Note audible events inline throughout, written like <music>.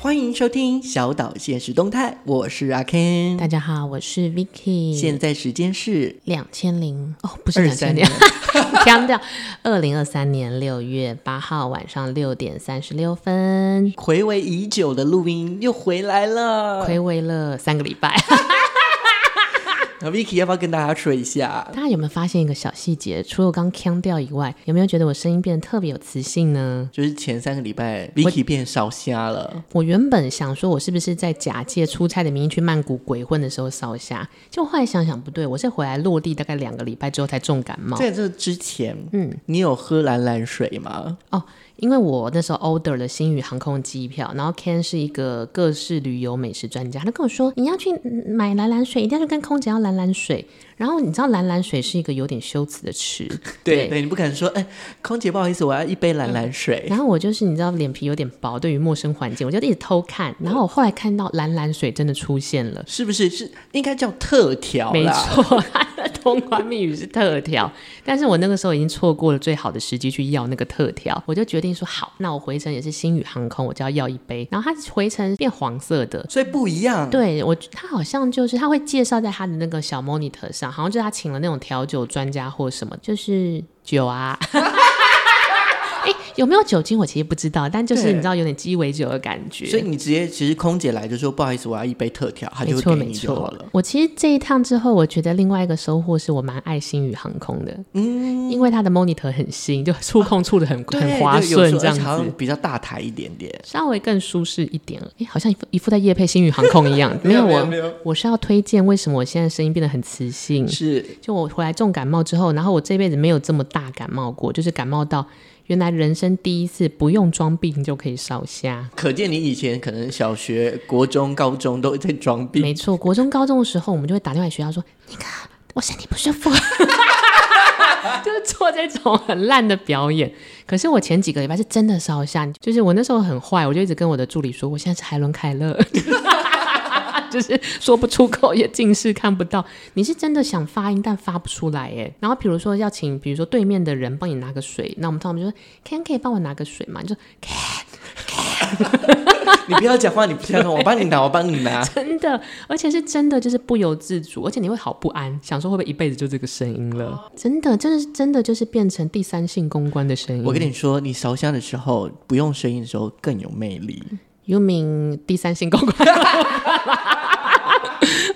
欢迎收听小岛现实动态，我是阿 Ken。大家好，我是 Vicky。现在时间是两千零哦，不是二两千三零年，， <laughs> 强调二零二三年六月八号晚上六点三十六分，回味已久的录音又回来了。暌违了三个礼拜。 <laughs> 那 Vicky 要不要跟大家说一下？大家有没有发现一个小细节？除了我刚腔调以外，有没有觉得我声音变得特别有磁性呢？就是前三个礼拜，Vicky 变烧瞎了，我原本想说，我是不是在假借出差的名义去曼谷鬼混的时候烧瞎？就后来想想不对，我是回来落地大概两个礼拜之后才重感冒。在这之前，嗯，你有喝蓝蓝水吗？哦，因为我那时候 order 了星宇航空机票，然后 Ken 是一个各式旅游美食专家，他跟我说你要去嗯买蓝蓝水，一定要去跟空姐要蓝蓝水。然后你知道蓝蓝水是一个有点羞耻的词，对对，你不可能说，哎，空姐不好意思，我要一杯蓝蓝水。然后我就是你知道脸皮有点薄，对于陌生环境，我就一直偷看。然后我后来看到蓝蓝水真的出现了，是不是是应该叫特调没啦？错， <laughs> 它的通关密语是特调，但是我那个时候已经错过了最好的时机去要那个特调，我就决定说好，那我回程也是星宇航空，我就要要一杯。然后它回程变黄色的。所以不一样。对我，它好像就是它会介绍在它的那个小 monitor 上，好像就是他请了那种调酒专家或什么，就是酒啊。 <laughs> 哎，有没有酒精我其实不知道，但就是对你知道有点鸡尾酒的感觉。所以你直接其实空姐来就说不好意思，我要一杯特调，她没就错会给没你就好错了。，我其实这一趟之后，我觉得另外一个收获是我蛮爱星宇航空的，嗯，因为它的 monitor 很新，就触控触的很对很滑对有时顺候这样而且好像子。比较大台一点点。稍微更舒适一点了，哎，好像一副一副在夜配星宇航空 <laughs> 一样。没有啊我，我是要推荐为什么我现在声音变得很磁性。是就我回来重感冒之后，然后我这辈子没有这么大感冒过，就是感冒到原来人生第一次不用装病就可以烧瞎。可见你以前可能小学、国中、高中都在装病，没错，国中、高中的时候，我们就会打电话给学校说：“那个，我身体不舒服。” <laughs> 就是做这种很烂的表演。可是我前几个礼拜是真的烧瞎，就是我那时候很坏，我就一直跟我的助理说：“我现在是海伦凯勒。” <laughs> 就是说不出口，也近视看不到。你是真的想发音，但发不出来哎。然后比如说要请，比如说对面的人帮你拿个水，那我们通常就说：“Can 可以帮我拿个水吗？”你就 <laughs> 你不要讲话，你不要 <laughs> 讲话，我帮你拿，我帮你拿。真的，而且是真的，就是不由自主，而且你会好不安，想说会不会一辈子就这个声音哦了？真的，就是真的就是变成第三性公关的声音。我跟你说，你烧香的时候不用声音的时候更有魅力。 ，You mean 第三性公 <laughs> 关？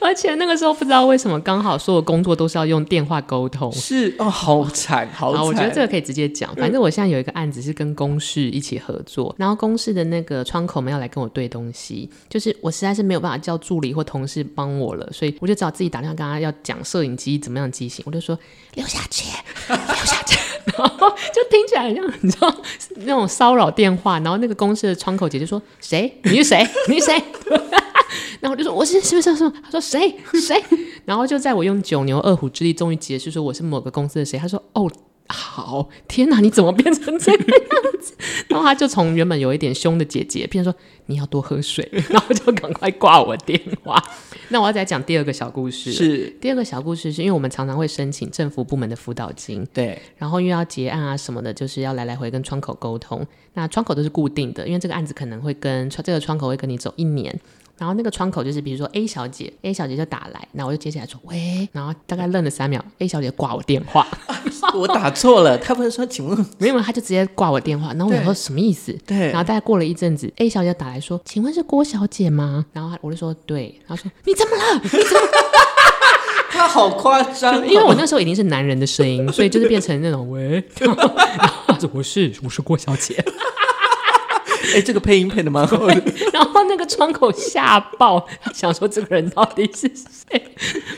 而且那个时候不知道为什么，刚好所有工作都是要用电话沟通。是哦，好惨，好惨。我觉得这个可以直接讲。反正我现在有一个案子是跟公事一起合作，然后公事的那个窗口们要来跟我对东西，就是我实在是没有办法叫助理或同事帮我了，所以我就只好自己打电话跟他要讲摄影机怎么样机型，我就说刘小姐，刘小姐。 <laughs> 然后就听起来很像你知道那种骚扰电话，然后那个公司的窗口姐就说：“谁？你是谁？你是谁？”然后我就说：“我是是不是？”说他说：“谁？谁？” <laughs> 然后就在我用九牛二虎之力终于解释说我是某个公司的谁，他说：“哦，好，天哪，你怎么变成这个样子？然后他就从原本有一点凶的姐姐，变成说你要多喝水， <laughs> 然后我就赶快挂我电话。那我要再讲第二个小故事。是，第二个小故事是因为我们常常会申请政府部门的辅导金，对，然后又要结案啊什么的，就是要来来回跟窗口沟通。那窗口都是固定的，因为这个案子可能会跟这个窗口会跟你走一年。然后那个窗口就是，比如说 A 小姐，A 小姐就打来，那我就接起来说喂，然后大概愣了三秒，A 小姐挂我电话， <laughs> 我打错了，他不是说请问？没有，她就直接挂我电话。然后我想说什么意思？对然后大概过了一阵子，A 小姐打来说：“请问是郭小姐吗？”然后她我就说：“对。”她说：“你怎么了？” <laughs> 他好夸张哦，因为我那时候已经是男人的声音，所以就是变成那种喂，然后然后 <laughs> 她说我是我是郭小姐， <laughs> 哎，这个配音配的蛮好的。 <laughs> 然后那个窗口吓爆，想说这个人到底是谁， <laughs>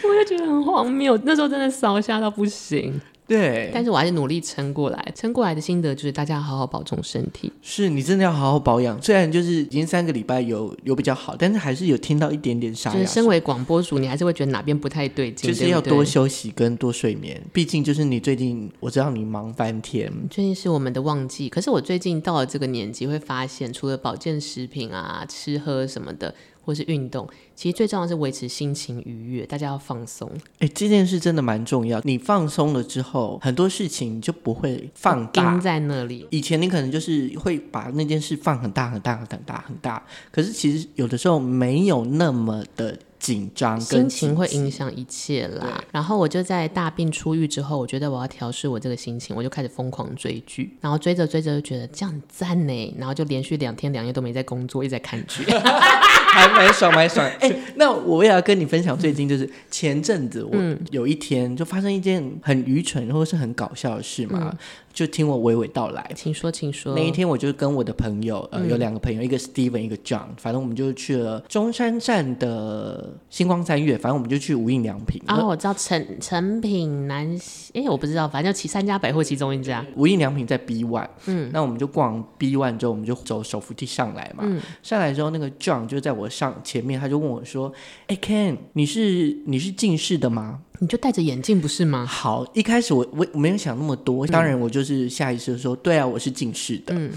我就觉得很荒谬。那时候真的扫瞎到不行，对，但是我还是努力撑过来，撑过来的心得就是大家好好保重身体。是你真的要好好保养。虽然就是已经三个礼拜有有比较好，但是还是有听到一点点沙就是哑身为广播主，你还是会觉得哪边不太对劲，就是要对不多对。休息跟多睡眠。毕竟就是你最近，我知道你忙翻天，最近是我们的旺季，可是我最近到了这个年纪，会发现除了保健食品啊、吃喝什么的，或是运动，其实最重要的是维持心情愉悦，大家要放松。哎、这件事真的蛮重要。你放松了之后，很多事情你就不会放大盯。在那里，以前你可能就是会把那件事放很大很大很大很大，可是其实有的时候没有那么的紧张跟心情会影响。响一切啦。然后我就在大病初愈之后，我觉得我要调试我这个心情，我就开始疯狂追剧，然后追着追着就觉得这样很赞呢，然后就连续两天两夜都没在工作，一直在看 <laughs> 剧。还蛮爽，蛮爽。哎、那我也要跟你分享，最近就是前阵子我有一天就发生一件很愚蠢或是很搞笑的事嘛，就听我娓娓道来。请说，请说那。一天我就跟我的朋友，呃，有两个朋友，一个 Steven，一个 John，反正我们就去了中山站的星光三月，反正我们就去无印良品。啊，我知道成成品南西，哎、我不知道，反正就其三家百货其中一家。无印良品在 B one，嗯，那我们就逛 B one 之后，我们就走手扶梯上来嘛。上来之后，那个 John 就在我上前面，他就问我说：“哎、Ken，你是你是近视的吗？”你就戴着眼镜不是吗？好，一开始我我我没有想那么嗯多，当然我就是下意识地说，对啊，我是近视的。嗯，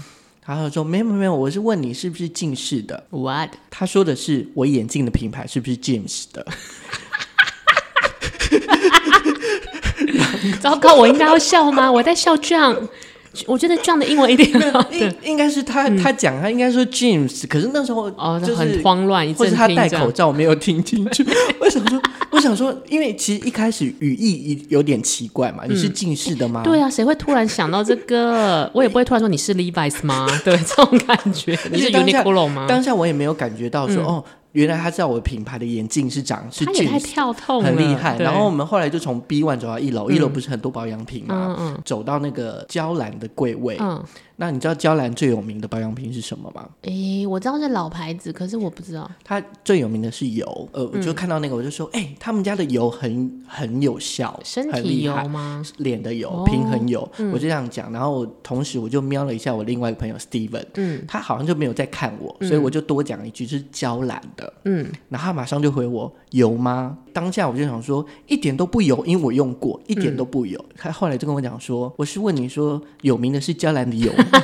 然后他说没有没有没有，我是问你是不是近视的。 <laughs> What？他说的是我眼镜的品牌是不是 James <laughs> 的？糟糕，我应该要笑吗？我在笑 John，我觉得 John 的英文一定很好。应应该是他、他讲他应该说 James，可是那时候嗯哦， <laughs> 就是、很慌乱，一或阵者他听戴这样口罩，我没有听清 <laughs> 楚。我想说，我想说，因为其实一开始语义有点奇怪嘛，你是近视的吗？嗯对啊，谁会突然想到这 <laughs> 个？我也不会突然说你是 Levi's 吗？ <laughs> 对，这种感觉，你是因为当下 Uniqlo 吗？当下我也没有感觉到说、哦，原来他知道我的品牌的眼镜是长是嗯他也 James 太跳痛了，很厉害。对然后我们后来就从 B one 走到一楼，一楼不是很多保养品嗯吗？嗯走到那个娇兰的柜位，嗯，那你知道娇兰最有名的保养品是什么吗？诶、我知道是老牌子，可是我不知道它最有名的是油，呃，我就嗯看到那个，我就说，哎、他们家的油很很有效，身很体厉油害。吗？脸的油，哦平衡油，我就这样讲。然后我同时我就瞄了一下我另外一个朋友 Steven，嗯他好像就没有在看我，所以我就多讲一句，是娇兰的。嗯，然后他马上就回我油吗？当下我就想说一点都不油，因为我用过，一点都不油。嗯他后来就跟我讲说，我是问你说有名的是娇兰的油吗，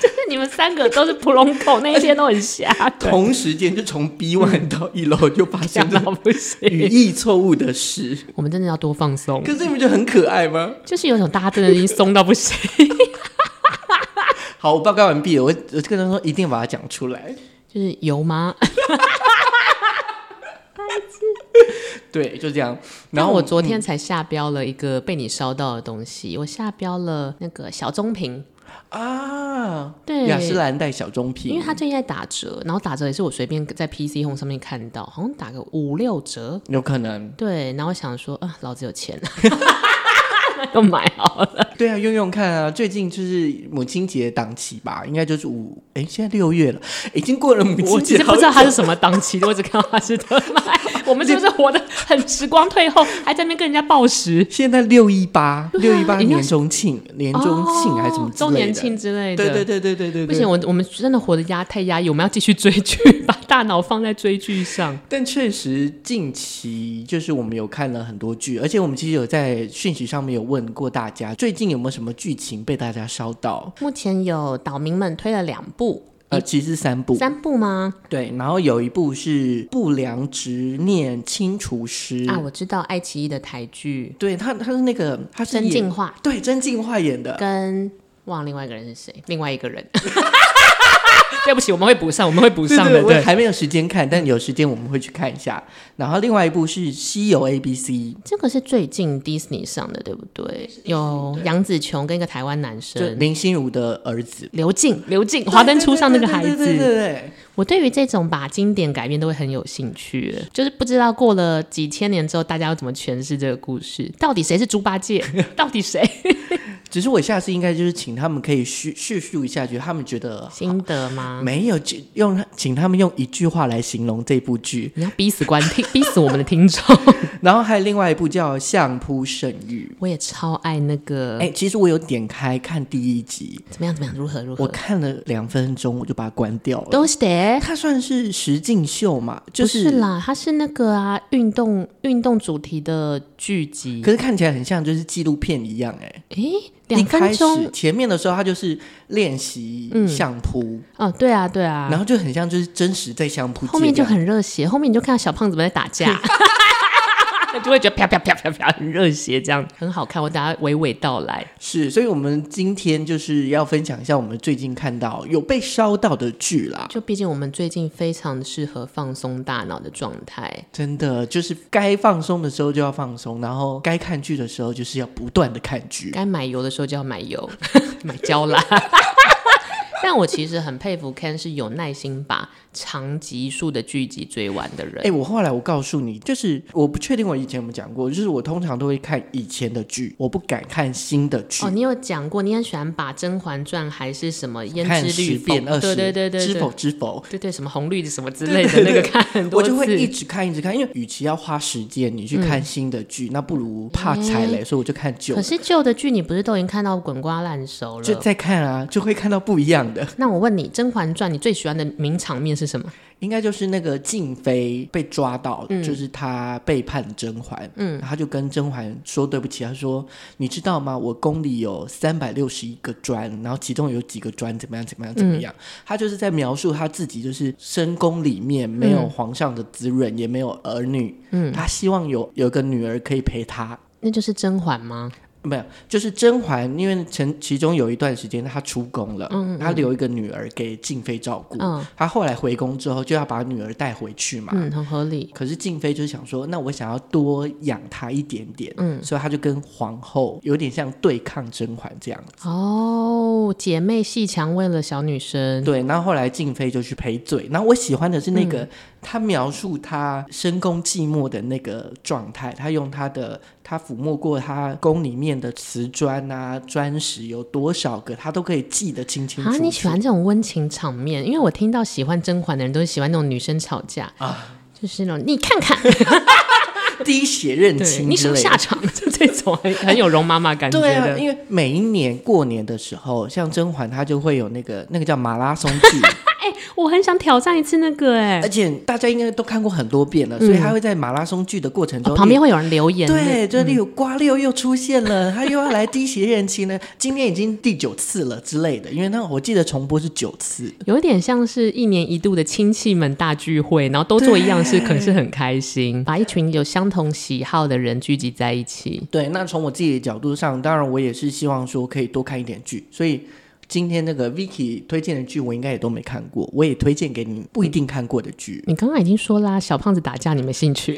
就是你们三个都是普龙口，那一天都很瞎， <laughs> <laughs> 对，同时间就从 B one 到一楼就发生想到嗯了不语 <laughs> 行。义错误的事，我们真的要多放松，可是你们就很可爱吗？就是有种大家真的已经松到不 <laughs> 行。好，我报告完毕了，我我跟他说一定把它讲出来。就是油吗？对，就这样。然然后嗯后我昨天才下标了一个被你烧到的东西，我下标了那个小棕瓶，啊，对，雅诗兰黛小棕瓶，因为它最近在打折，然后打折也是我随便在 PC Home 上面看到，好像打个五六折。有可能，对，然后我想说，啊、老子有钱， <laughs> 那就买好了。对啊，用用看啊。最近就是母亲节档期吧，应该就是五，哎，现在六月了，已经过了母我亲其节实好不久，知道它是什么档期，我只看到它是特卖。 <laughs> 我们是不是活得很时光退后，还在那边跟人家报时？现在六一八，对啊六一八一定要年中庆，年中庆还是什么哦之周类年的。庆之类的？对对对对对对不行，对，我我们真的活得压太压抑，我们要继续追剧， <laughs> 把大脑放在追剧上。但确实近期就是我们有看了很多剧，而且我们其实有在讯息上面有问过大家，最近有没有什么剧情被大家烧到？目前有岛民们推了两部，呃，其实是三部，三部吗？对，然后有一部是《不良执念清除师》啊，我知道爱奇艺的台剧对他他是那个他是曾演静化对曾静化演的，跟忘了另外一个人是谁，另外一个人。 <laughs> 对不起，我们会补上，我们会补上的。对对，对我，还没有时间看，但有时间我们会去看一下。然后另外一部是《西游 A B C》，这个是最近 Disney 上的，对不对？有杨紫琼跟一个台湾男就生林心如的儿子。刘静，刘静华灯初上那个孩对对对对子。对对我对于这种把经典改编都会很有兴趣，就是不知道过了几千年之后，大家要怎么诠释这个故事？到底谁是猪 <laughs> 八戒？到底谁？对只是我下次应该就是请他们可以叙叙述一下，觉得他们觉得心得吗？没有就用，请他们用一句话来形容这部剧。你要逼死观听，逼死我们的听众。 <laughs> 然后还有另外一部叫《相扑圣域我也超爱那》。个，哎，其实我有点开看第一集，怎么样怎么样，如何如我何，看了两分钟我就把它关掉了。都是得。它算是实境秀嘛，就不啦，它是那个啊，运动运动主题的剧集可。是看起来很像就是纪录片一样、哎，诶，一两开分始钟前面的时候，他就是练习相扑，哦，对啊，对啊，然后就很像就是真实在相扑界这样，后面就很热血，后面你就看到小胖子们在打架， <laughs> 就会觉得啪啪啪啪啪很热血，这样很好看。我等下娓娓道来。是，所以我们今天就是要分享一下我们最近看到有被烧到的剧啦。就毕竟我们最近非常适合放松大脑的状态，真的就是该放松的时候就要放松，然后该看剧的时候就是要不断的看剧。该买油的时候就要买油， <laughs> 买胶啦。 <laughs> 但我其实很佩服 Ken 是有耐心把长集数的剧集追完的人。哎、我后来我告诉你，就是我不确定我以前有没有讲过，就是我通常都会看以前的剧，我不敢看新的剧。哦，你有讲过，你很喜欢把《甄嬛传》还是什么《胭看脂十绿遍粉》二十，对对对对，知对否知否，对对什么红绿什么之类的那个看很多嗯我次，就会一直看一直看，因为与其要花时间你去看新的剧，那不如怕踩雷，所以我就看旧嗯可的，是旧的剧你不是都已经看到滚瓜烂熟就了？再看啊，就会看到不一样的。那我问你，《甄嬛传》你最喜欢的名场面是什么？应该就是那个静妃被抓到，就是她背叛甄嬛，嗯，她就跟甄嬛说对不起，她说你知道吗？我宫里有三百六十一个砖，然后其中有几个砖怎么样怎么样怎么样，她就是在描述她自己就是深宫里面没有皇上的滋润，也没有儿女，嗯，她希望有有个女儿可以陪她。那就是甄嬛吗？没有，就是甄嬛，因为曾其中有一段时间她出宫了，她留一个女儿给静妃照顾。嗯她后来回宫之后，就要把女儿带回去嘛。嗯，很合理。可是静妃就是想说，那我想要多养她一点点，嗯所以她就跟皇后有点像对抗甄嬛这样。哦，姐妹戏强为了小女生，对，然后后来静妃就去赔罪。然后我喜欢的是那嗯个、她描述她深宫寂寞的那个状态，她用她的她抚摸过她宫里面的瓷砖啊、砖石有多少个，她都可以记得清清楚啊，楚。你喜欢这种温情场面？因为我听到喜欢甄嬛的人都是喜欢那种女生吵架啊，就是那种你看看，滴血认对亲你之什么类下的。场，就这 <laughs> 种很很有容妈妈感觉对啊，的。哎因为每一年过年的时候，像甄嬛她就会有那个那个叫马拉松 <laughs> 剧，哎我很想挑战一次那个哎、而且大家应该都看过很多遍了，所以她会在马拉松剧的过程中、哦旁边会有人留言，对，就例如瓜六又出现 <laughs> 了，他又要来滴血认亲了，今天已经第九次了之类的，因为那我记得重播是九次。有点像是一年一度的亲戚们大聚会，然后都做一样事，可是很开心，把一群有相同喜好的人聚集在一起。对，那从我自己的角度上，当然我也是希望说可以多看一点剧，所以。今天那个 Vicky 推荐的剧，我应该也都没看过，我也推荐给你不一定看过的剧，你刚刚已经说啦、小胖子打架你没兴趣，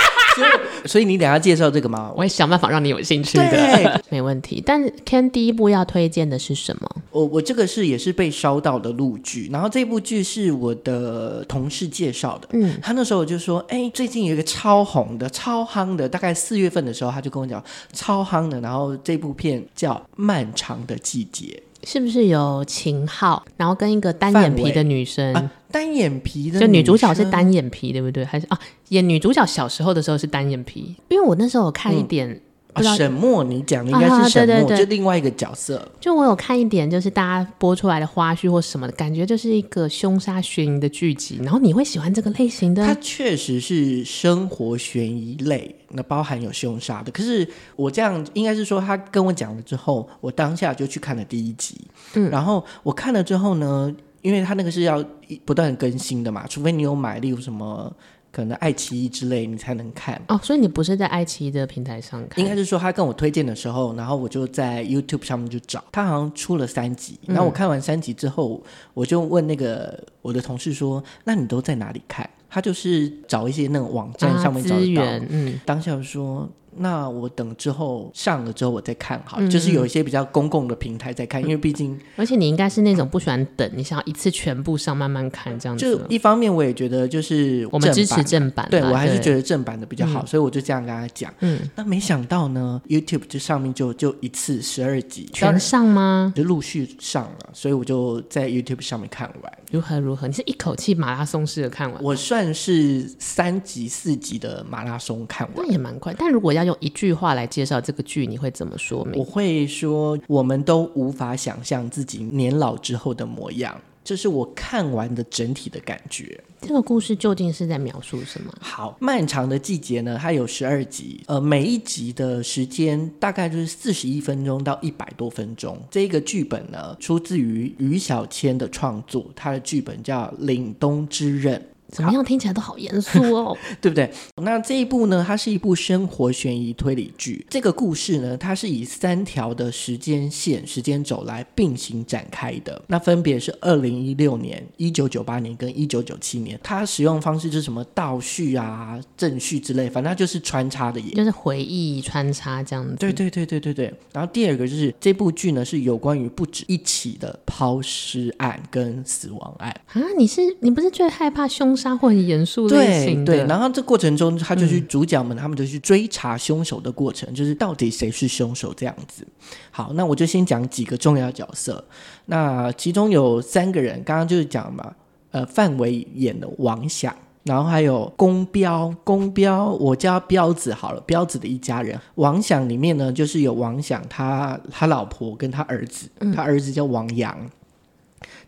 <laughs> 所以你等一下介绍这个吗？我也想办法让你有兴趣对的，没问题。但 Ken 第一部要推荐的是什么？我哦我这个是也是被烧到的录剧，然后这部剧是我的同事介绍的，嗯，他那时候就说，哎、最近有一个超红的、超夯的，大概四月份的时候，他就跟我讲超夯的，然后这部片叫《漫长的季节是不是有秦昊，然后跟一个单眼皮的女生？》啊，单眼皮的就女主角是生啊单眼皮，对不对？还是啊，演女主角小时候的时候是单眼皮，嗯因为我那时候有看一点，不啊知道沈墨，你讲的应该啊是对沈墨，对对就另外一个角色，就我有看一点，就是大家播出来的花絮或什么的，感觉就是一个凶杀悬疑的剧集。然后你会喜欢这个类型它的？确实是生活悬疑类，那包含有凶杀的。可是我这样应该是说，他跟我讲了之后，我当下就去看了第一集。嗯，然后我看了之后呢，因为他那个是要一不断更新的嘛，除非你有买，例如什么可能爱奇艺之类，你才能看。哦，所以你不是在爱奇艺的平台上看应？该是说他跟我推荐的时候，然后我就在 YouTube 上面就找，他好像出了三集，嗯然后我看完三集之后，我就问那个我的同事说：“那你都在哪里看？”他就是找一些那种网站上面啊找资得到。源，嗯，当下我说：“那我等之后上了之后我再看好，嗯就是有一些比较公共的平台在看，因为毕竟而且你应该是那种不喜欢等，你想要一次全部上慢慢看这样就子。一方面我也觉得就是我们支持正版正版啦，啊嗯对我还是觉得得正版的比较好，所以我就这样跟他讲。嗯，那没想到呢，YouTube 这上面就就一次十二集，当全然上吗？就陆续上了，所以我就在 YouTube 上面看完。如何如何？你是一口气马拉松式的看完，我算是三集四集的马拉松看那完。也蛮快。但如果要用一句话来介绍这个剧，你会怎么说我明？会说，我们都无法想象自己年老之后的模样，这是我看完的整体的感觉。这个故事究竟是在描述什么？好，漫长的季节呢，它有十二集，呃，每一集的时间大概就是四十一分钟到一百多分钟。这个剧本呢，出自于于小千的创作，他的剧本叫《凛冬之刃》。怎么样？听起来都好严肃 <laughs> 哦。对不对？那这一部呢，它是一部生活悬疑推理剧。这个故事呢，它是以三条的时间线、时间轴来并行展开的。那分别是二零一六年、一九九八年跟一九九七年。它使用方式就是什么倒叙啊、正叙之类，反正它就是穿插的演。就是回忆穿插这样子。对对对对对对。然后第二个就是这部剧呢是有关于不止一起的抛尸案跟死亡案。啊，你是你不是最害怕凶杀或很严肃类对型的？嗯对，然后这过程中，他就去主角们，他们就去追查凶手的过程，就是到底谁是凶手这样子。好，那我就先讲几个重要角色。那其中有三个人，刚刚就是讲嘛，呃，范伟演的王想，然后还有宫彪，宫彪我叫彪子好了，彪子的一家人。王想里面呢，就是有王想他他老婆跟他儿子，嗯他儿子叫王阳。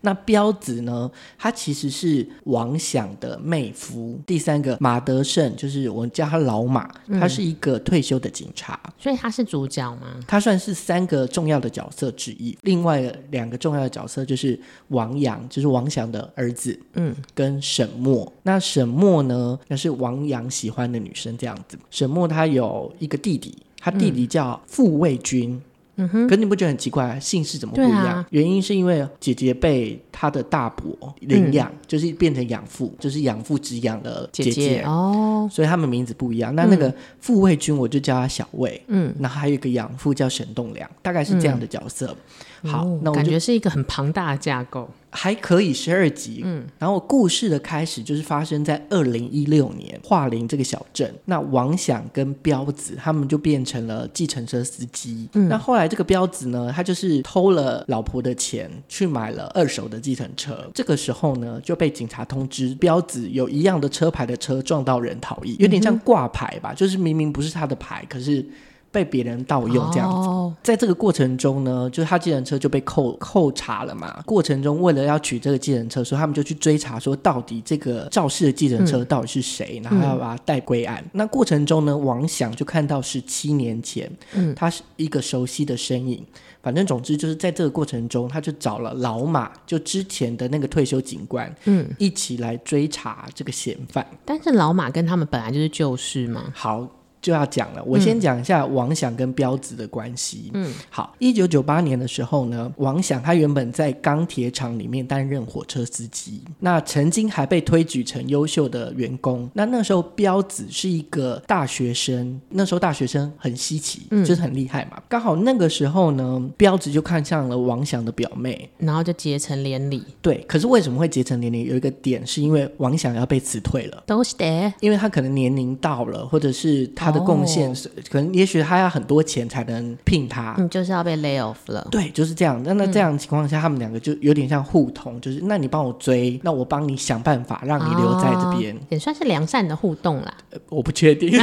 那彪子呢？他其实是王想的妹夫。第三个马德胜，就是我叫他老马，他是一个退休的警察。所以他是主角吗？他算是三个重要的角色之一，另外两个重要的角色就是王阳，就是王想的儿子，嗯，跟沈墨。那沈墨呢，那是王阳喜欢的女生这样子。沈墨他有一个弟弟，他弟嗯弟叫傅卫军。嗯哼，可你不觉得很奇怪，姓氏怎么不一样？对啊原因是因为姐姐被她的大伯领养，就是变成养父，就是养父只养了嗯姐哦，所以他们名字不一样。那那个傅卫军，我就叫他小卫，嗯，然后还有一个养父叫沈栋梁，大概是这样的角色。好，哦那我感就觉是一个很庞大的架构。还可以十二集，嗯，然后故事的开始就是发生在二零一六年桦林这个小镇，那王想跟彪子他们就变成了计程车司机，嗯，那后来这个彪子呢，他就是偷了老婆的钱去买了二手的计程车，这个时候呢就被警察通知彪子有一样的车牌的车撞到人逃逸，有点像挂牌吧，就是明明不是他的牌，可是被别人盗用这样子。哦，在这个过程中呢，就是他计程车就被扣扣查了嘛。过程中为了要取这个计程车，所以他们就去追查，说到底这个肇事的计程嗯车到底是谁，然后要把他带归案。那过程中呢，王想就看到十七年前，嗯他是一个熟悉的身影。反正总之就是在这个过程中，他就找了老马，就之前的那个退休警官，嗯，一起来追查这个嫌犯。但是老马跟他们本来就是旧事嘛。好，就要讲了。我先讲一下王想跟彪子的关系。嗯，好，一九九八年的时候呢，王想他原本在钢铁厂里面担任火车司机，那曾经还被推举成优秀的员工。那那时候彪子是一个大学生，那时候大学生很稀奇，就是很厉害嘛。刚好那个时候呢，彪子就看上了王想的表妹。然后就结成连理，对，可是为什么会结成连理？有一个点是因为王想要被辞退了。都是得因为他可能年龄到了，或者是他的贡献哦是、可能，也许他要很多钱才能聘他。你嗯就是要被 lay off 了。对，就是这样。那嗯那这样的情况下，他们两个就有点像互通，就是那你帮我追，那我帮你想办法让你留在这边。哦也算是良善的互动啦。呃我不确定， <laughs>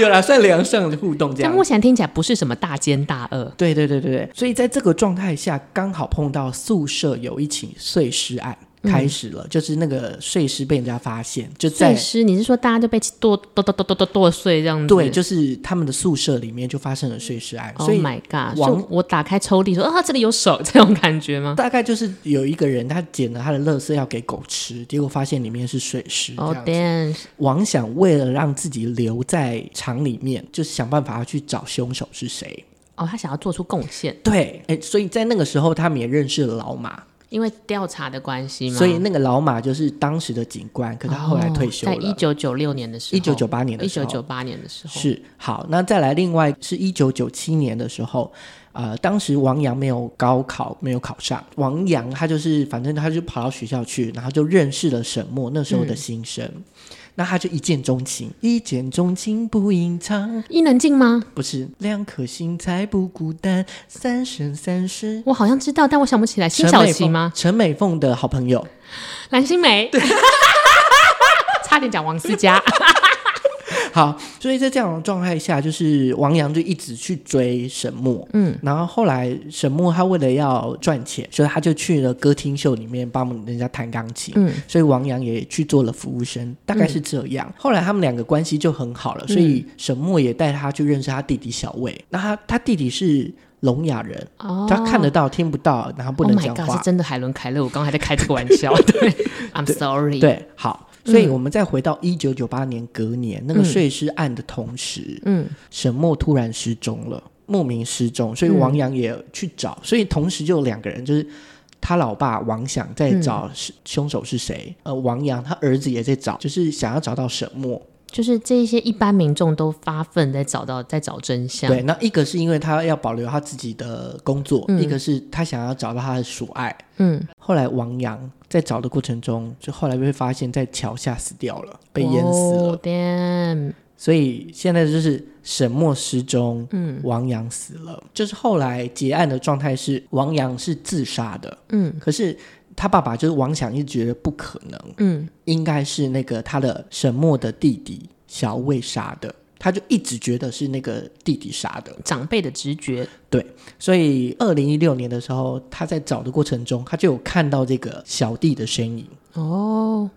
有啦，算良性的互动这但样目。前听起来不是什么大奸大恶，对对对对对，所以在这个状态下，刚好碰到宿舍有一起碎尸案开始了，就是那个碎尸被人家发现，就在碎尸，你是说大家就被剁剁剁剁剁剁剁碎这样子？对，就是他们的宿舍里面就发生了碎尸案， Oh 所以 my god！王就我打开抽屉说啊，这里有手，这种感觉吗？大概就是有一个人，他捡了他的垃圾要给狗吃，结果发现里面是水尸。这哦、oh, 样子 damn！王想为了让自己留在厂里面，就是想办法要去找凶手是谁。哦，他想要做出贡献，对，哎，所以在那个时候，他们也认识了老马。因为调查的关系嘛，所以那个老马就是当时的警官，可他后来退休哦在了。一九九六年的时候，一九九八年的一时九候，九八年的时候，是好，那再来另外是一九九七年的时候，呃，当时王阳没有高考，没有考上。王阳他就是反正他就跑到学校去，然后就认识了沈墨那时嗯候的新生，那他就一见钟情，一见钟情不隐藏，伊能静吗？不是两颗心才不孤单，三生三世。我好像知道，但我想不起来。辛陈晓美琪凤吗？？陈美凤的好朋友，蓝心湄。 <laughs> 差点讲王 <laughs> 思佳，好，所以在这样的状态下，就是王阳就一直去追沈墨，嗯，然后后来沈墨他为了要赚钱，所以他就去了歌厅秀里面帮人家弹钢琴，嗯，所以王阳也去做了服务生，大概是这样。后来他们两个关系就很好嗯了，所以沈墨也带他去认识他弟弟小魏。那他他弟弟是聋哑人，哦他看得到听不到，然后不能 Oh 讲 my god，话，是真的海伦凯勒，我刚刚还在开这个玩笑。 <laughs> 对，I'm sorry。，对，好，所以我们再回到一九九八年隔年、那个碎尸案的同时，嗯，沈墨突然失踪了，莫名失踪，所以嗯王阳也去找，所以同时就有两个人，就是他老爸王想在嗯找是凶手是谁，呃，王阳他儿子也在找，就是想要找到沈墨。就是这些一般民众都发奋在找到在找真相。对，那一个是因为他要保留他自己的工作，嗯一个是他想要找到他的所爱。嗯，后来王阳在找的过程中，就后来被发现在桥下死掉了，被淹死了。 Oh, damn，所以现在就是沈墨失踪，嗯，王阳死了，就是后来结案的状态是王阳是自杀的，嗯可是他爸爸就是王想一直觉得不可能，嗯，应该是那个他的沈墨的弟弟小魏杀的，他就一直觉得是那个弟弟杀的，长辈的直觉。所以二零一六年的时候，他在找的过程中，他就有看到这个小弟的身影，哦，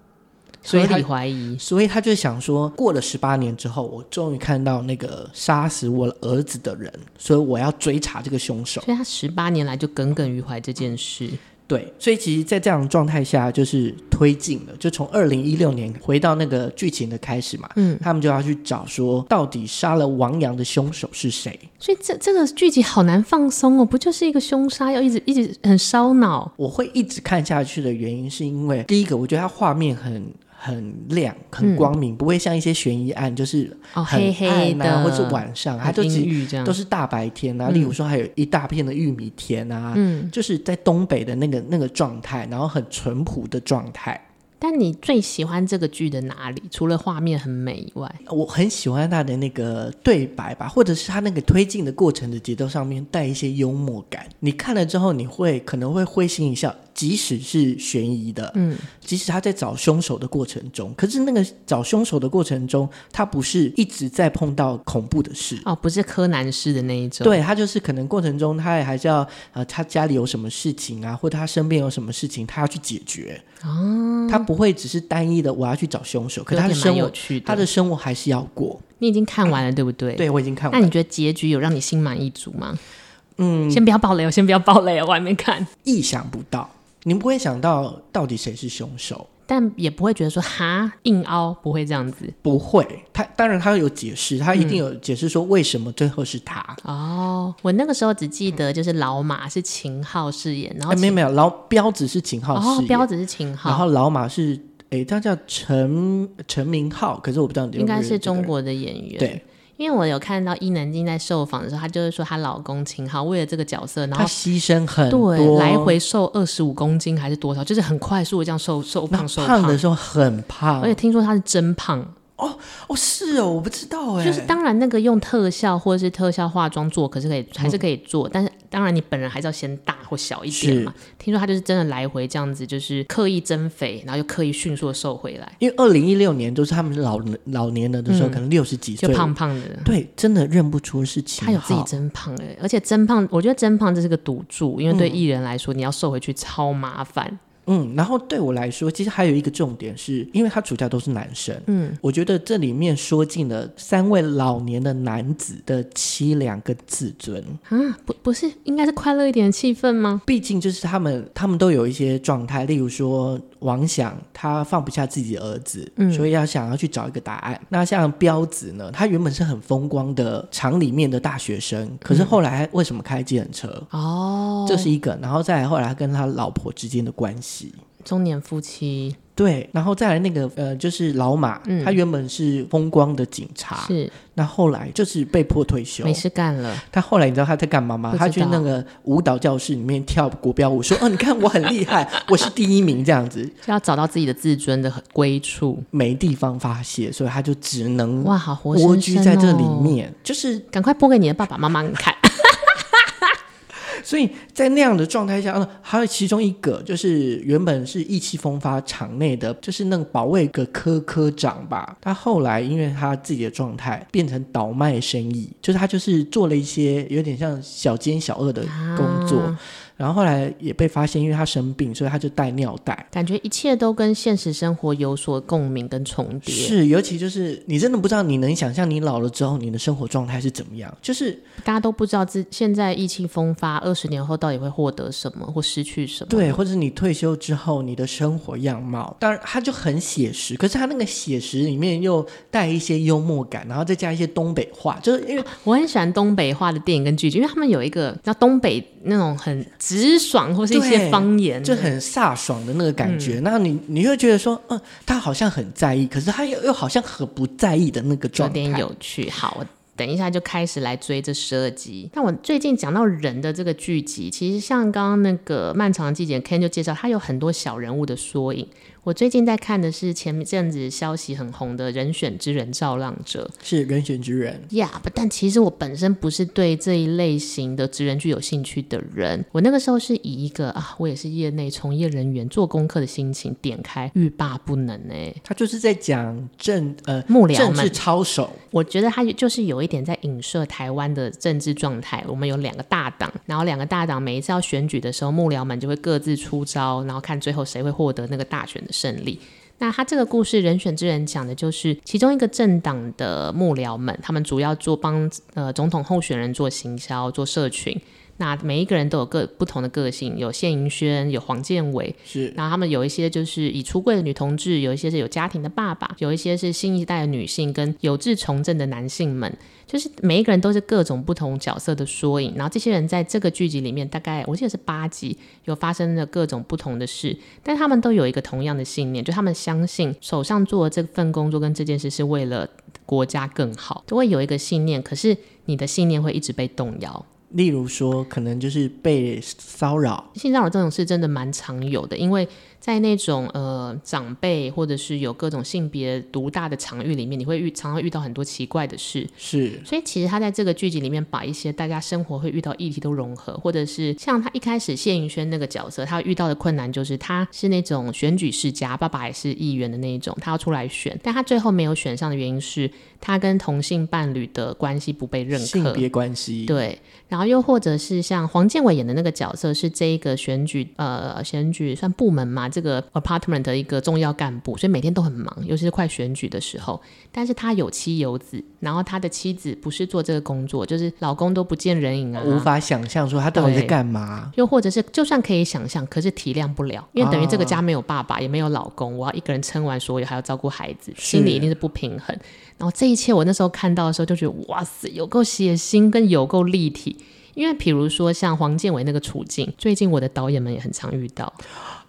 所以合他理怀疑。所以他就想说，过了十八年之后，我终于看到那个杀死我儿子的人，所以我要追查这个凶手。所以他十八年来就耿耿于怀这件事。对，所以其实，在这样的状态下，就是推进了，就从二零一六年回到那个剧情的开始嘛。嗯，他们就要去找说，到底杀了王阳的凶手是谁？所以这这个剧集好难放松哦，不就是一个凶杀，要一直一直很烧脑。我会一直看下去的原因，是因为第一个，我觉得它画面很。很亮，很光明，不会像一些悬疑案，就是嗯哦，很黑黑暗的，啊，或是晚上，它很就只阴郁这样都。是大白天啊，例如说还有一大片的玉米田啊，嗯，就是在东北的那个那个状态，然后很淳朴的状态。但你最喜欢这个剧的哪里？除了画面很美以外，我很喜欢他的那个对白吧，或者是他那个推进的过程的节奏上面带一些幽默感。你看了之后，你会可能会会心一笑，即使是悬疑的，嗯，即使他在找凶手的过程中，可是那个找凶手的过程中，他不是一直在碰到恐怖的事，哦，不是柯南式的那一种。，对他就是可能过程中，他也还是要呃，他家里有什么事情啊，或者他身边有什么事情，他要去解决。哦，他不会只是单一的我要去找凶手，可是他的蛮生有活，趣的。他的生活还是要过。你已经看完了，对不对？。对我已经看那完了你觉得结局有让你心满意足吗？嗯，先不要爆雷哦，先不要爆雷哦，我还没看，意想不到，你不会想到到底谁是凶手，但也不会觉得说哈硬凹，不会这样子不会。他当然他有解释，他一定嗯有解释说为什么最后是他。哦。我那个时候只记得就是老马是秦昊饰演，然后哎没有秦没有，老标志是秦昊哦饰演，标志是秦然昊，后老马是哎，他叫陈陈明昊，可是我不知道你应该是中国国的演员。对。因为我有看到伊能静在受访的时候，她就是说她老公秦昊为了这个角色，然他后牺牲很多，对来回瘦二十五公斤还是多少，就是很快速的这样瘦瘦那胖瘦胖的时候很胖而，且听说他是真胖，哦是哦，我不知道哎，就是当然那个用特效或者是特效化妆做，可是可以嗯还是可以做，但是当然你本人还是要先大或小一点嘛。听说他就是真的来回这样子，就是刻意增肥，然后又刻意迅速地瘦回来，因为二零一六年都是他们老人老年人的时候，可能六十几嗯就岁，胖胖的。对，嗯真的认不出是秦他有自己昊，增胖哎、而且增胖，我觉得增胖这是个赌注，因为对艺人来说，你要瘦回去超麻烦。嗯，然后对我来说，其实还有一个重点是，因为他主角都是男生，嗯，我觉得这里面说尽了三位老年的男子的凄凉跟自尊，啊，不不是应该是快乐一点的气氛吗？毕竟就是他们，他们都有一些状态，例如说，王想他放不下自己的儿子，嗯所以要想要去找一个答案。那像彪子呢，他原本是很风光的厂里面的大学生，可是后来为什么开计程车？嗯哦，这是一个，然后再来后来他跟他老婆之间的关系。中年夫妻对，然后再来那个呃，就是老马，嗯他原本是风光的警察，是那后来就是被迫退休没。事干了，他后来你知道他在干嘛吗不？知道他去那个舞蹈教室里面跳国标舞，说：“哦，你看我很厉 <laughs> 害，我是第一名。”这样子就要找到自己的自尊的归处。没地方发泄，所以他就只能哇，好活生生、哦、蜗居在这里，面。就是赶快播给你的爸爸妈妈看。所以在那样的状态下，呃还有其中一个就是原本是意气风发场内的，就是那个保卫个科科长吧，他后来因为他自己的状态变成倒卖生意，就是他就是做了一些有点像小奸小恶的工作。啊然后后来也被发现，因为他生病，所以他就带尿袋。感觉一切都跟现实生活有所共鸣跟重叠，是，尤其就是你真的不知道，你能想象你老了之后你的生活状态是怎么样？就是大家都不知道自现在意气风发，二十年后到底会获得什么或失去什么。对，或者是你退休之后你的生活样貌，当然他就很写实，可是他那个写实里面又带一些幽默感，然后再加一些东北话，就是因为我很喜欢东北话的电影跟剧集，因为他们有一个叫东北那种很直爽或是一些对方言，就很飒爽的那个感觉。嗯那你你会觉得说，嗯，他好像很在意，可是他又又好像很不在意的那个有状态。点有趣。好，我等一下就开始来追这十二集。那我最近讲到人的这个剧集，其实像刚刚那个漫长的季节，Ken 就介绍，它有很多小人物的缩影。我最近在看的是前阵子消息很红的《人选之人造浪者是人选之人，》呀、yeah,，但其实我本身不是对这一类型的职人剧有兴趣的人。我那个时候是以一个啊，我也是业内从业人员做功课的心情点开，欲罢不能哎、他就是在讲政呃幕僚政们治操守。我觉得它就是有一点在影射台湾的政治状态。我们有两个大党，然后两个大党每一次要选举的时候，幕僚们就会各自出招，然后看最后谁会获得那个大选的胜利。那他这个故事《人选之人》讲的就是其中一个政党的幕僚们，他们主要做帮呃总统候选人做行销、做社群。那每一个人都有各不同的个性，有谢盈萱，有黄建伟，是然后他们有一些就是已出柜的女同志，有一些是有家庭的爸爸，有一些是新一代的女性跟有志从政的男性们，就是每一个人都是各种不同角色的缩影。然后这些人在这个剧集里面，大概我记得是八集，有发生了各种不同的事，但他们都有一个同样的信念，就他们相信手上做的这份工作跟这件事是为了国家更好，都会有一个信念。可是你的信念会一直被动摇。例如说，可能就是被骚扰，性骚扰这种事真的蛮常有的，因为在那种呃长辈或者是有各种性别独大的场域里面，你会遇常常遇到很多奇怪的事。是所以其实他在这个剧集里面把一些大家生活会遇到议题都融合，或者是像他一开始谢盈萱那个角色，他遇到的困难就是他是那种选举世家，爸爸也是议员的那一种，他要出来选，但他最后没有选上的原因是他跟同性伴侣的关系不被认可，性别关系，对，然后又或者是像黄建伟演的那个角色，是这一个选举呃选举算部门嘛，这个 apartment 的一个重要干部，所以每天都很忙，尤其是快选举的时候。但是他有妻有子，然后他的妻子不是做这个工作，就是老公都不见人影啊，无法想象说他到底在对干嘛。又或者是，就算可以想象，可是体谅不了，因为等于这个啊家没有爸爸，也没有老公，我要一个人撑完所有，还要照顾孩子，是心里一定是不平衡。然后这一切，我那时候看到的时候，就觉得哇塞，有够血腥，跟有够立体。因为比如说像黄建伟那个处境，最近我的导演们也很常遇到，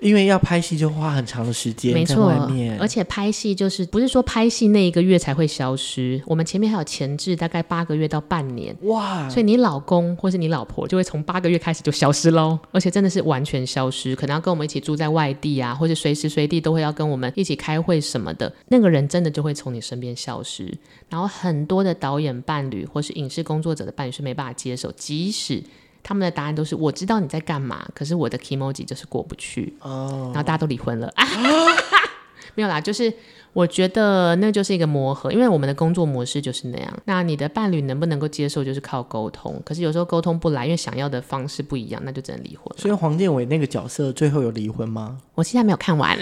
因为要拍戏就花很长的时没间在错外面，，而且拍戏就是不是说拍戏那一个月才会消失，我们前面还有前置大概八个月到半年，哇，所以你老公或是你老婆就会从八个月开始就消失喽，而且真的是完全消失，可能要跟我们一起住在外地啊，或者随时随地都会要跟我们一起开会什么的，那个人真的就会从你身边消失。然后很多的导演伴侣或是影视工作者的伴侣是没办法接受，即使他们的答案都是我知道你在干嘛，可是我的 emoji 就是过不去，哦，然后大家都离婚了。啊 <laughs> 没有啦，就是我觉得那就是一个磨合，因为我们的工作模式就是那样。那你的伴侣能不能够接受，就是靠沟通。可是有时候沟通不来，因为想要的方式不一样，那就只能离婚。所以黄建伟那个角色最后有离婚吗？我现在没有看完，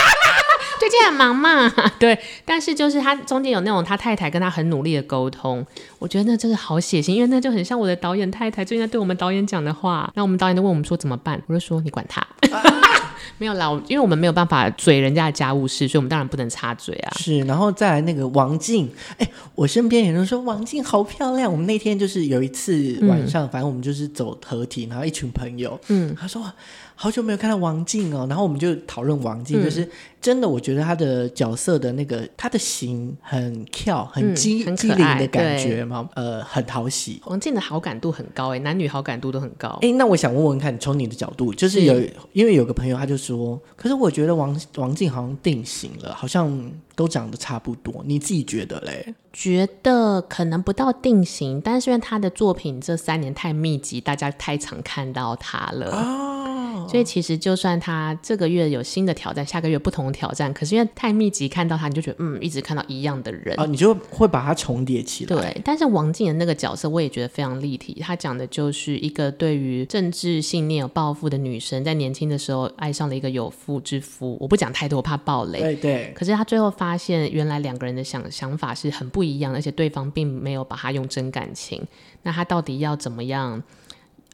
<laughs> 最近很忙嘛， <laughs> 对。但是就是他中间有那种他太太跟他很努力的沟通，我觉得那真的好血腥，因为那就很像我的导演太太最近在对我们导演讲的话。那我们导演就问我们说怎么办，我就说你管他。没有啦，我因为我们没有办法嘴人家的家务事，所以我们当然不能插嘴啊。是，然后再来那个王静，哎，我身边有人说王静好漂亮。我们那天就是有一次晚嗯上，反正我们就是走合体，然后一群朋友，嗯，他说哇好久没有看到王静哦，然后我们就讨论王嗯静，就是真的，我觉得她的角色的那个她的型很跳，很嗯机很可机灵爱的感对觉嘛，呃，很讨喜。王静的好感度很高哎、男女好感度都很高。哎，那我想问问看，从你的角度，就是有，因为有个朋友他就说，可是我觉得王王静好像定型了，好像都长得差不多，你自己觉得嘞？觉得可能不到定型，但是因为他的作品这三年太密集，大家太常看到他了。所以其实就算他这个月有新的挑战，下个月不同的挑战，可是因为太密集看到他，你就觉得嗯，一直看到一样的人。啊，你就会把它重叠起来。呃对，但是王静的那个角色，我也觉得非常立体。她讲的就是一个对于政治信念有抱负的女生，在年轻的时候爱上了一个有妇之夫。我不讲太多，我怕暴雷。对对，可是她最后发现，原来两个人的想想法是很不一样，而且对方并没有把她用真感情。那她到底要怎么样？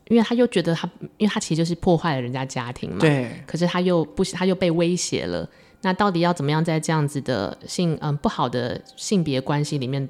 因为她又觉得她，因为她其实就是破坏了人家家庭嘛。对，可是他又不，他又被威胁了。那到底要怎么样在这样子的性嗯不好的性别关系里面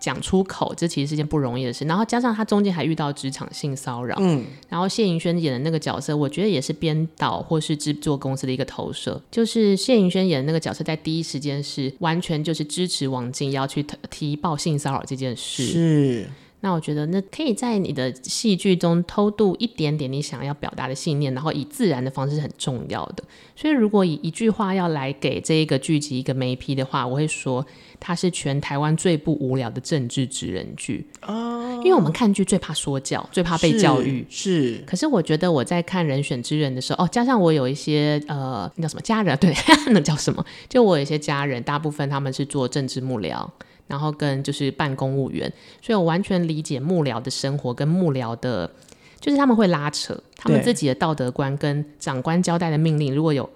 讲出口？这其实是件不容易的事。然后加上他中间还遇到职场性骚扰，嗯，然后谢盈萱演的那个角色，我觉得也是编导或是制作公司的一个投射。就是谢盈萱演的那个角色，在第一时间是完全就是支持王静要去提提报性骚扰这件事。是那我觉得，那可以在你的戏剧中偷渡一点点你想要表达的信念，然后以自然的方式是很重要的。所以，如果以一句话要来给这一个剧集一个眉批的话，我会说它是全台湾最不无聊的政治职人剧。哦，因为我们看剧最怕说教，最怕被教育。是。是可是我觉得我在看《人选之人》的时候，哦，加上我有一些呃，那叫什么家人， <laughs> 对，那叫什么？就我有一些家人，大部分他们是做政治幕僚，然后跟就是办公务员，所以我完全理解幕僚的生活跟幕僚的，就是他们会拉扯，他们对自己的道德观跟长官交代的命令，如果有。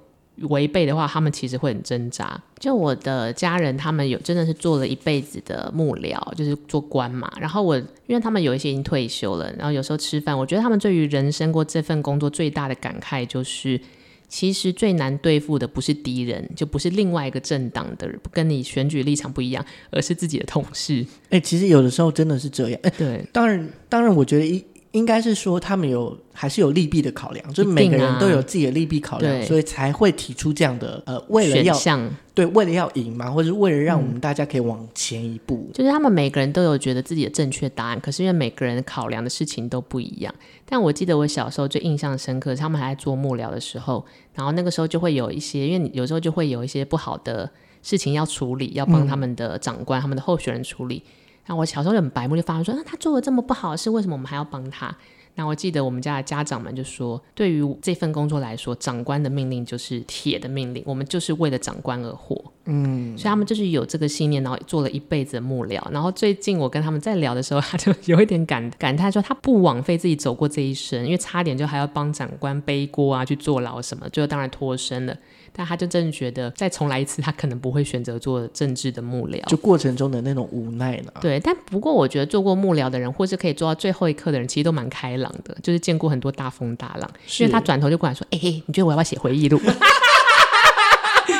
违背的话，他们其实会很挣扎。就我的家人，他们有真的是做了一辈子的幕僚，就是做官嘛。然后我，因为他们有一些已经退休了，然后有时候吃饭，我觉得他们对于人生过这份工作最大的感慨就是，其实最难对付的不是敌人，就不是另外一个政党的人，跟你选举立场不一样，而是自己的同事。哎、其实有的时候真的是这样。哎、 <laughs> 对，当然，当然，我觉得应应该是说他们有还是有利弊的考量，就是每一个定啊人都有自己的利弊考量，对所以才会提出这样的呃，为了选要项对，为了要赢嘛，或者是为了让我嗯们大家可以往前一步。就是他们每个人都有觉得自己的正确答案，可是因为每个人考量的事情都不一样。但我记得我小时候最印象深刻，是他们还在做幕僚的时候，然后那个时候就会有一些，因为你有时候就会有一些不好的事情要处理，要帮他们的长官、他们的候选人处理。然后我小时候就很白目，就发现说，啊那、他做了这么不好的事，为什么我们还要帮他？那我记得我们家的家长们就说，对于这份工作来说，长官的命令就是铁的命令，我们就是为了长官而活。所以他们就是有这个信念，然后做了一辈子的幕僚。然后最近我跟他们在聊的时候，他就有一点感感叹说，他不枉费自己走过这一生，因为差点就还要帮长官背锅啊，去坐牢什么，最后当然脱身了。但他就真的觉得再重来一次，他可能不会选择做政治的幕僚。就过程中的那种无奈呢，对，但不过我觉得做过幕僚的人，或是可以做到最后一刻的人，其实都蛮开朗的，就是见过很多大风大浪。是因为他转头就过来说：“哎、欸，你觉得我要不要写回忆录？” <laughs>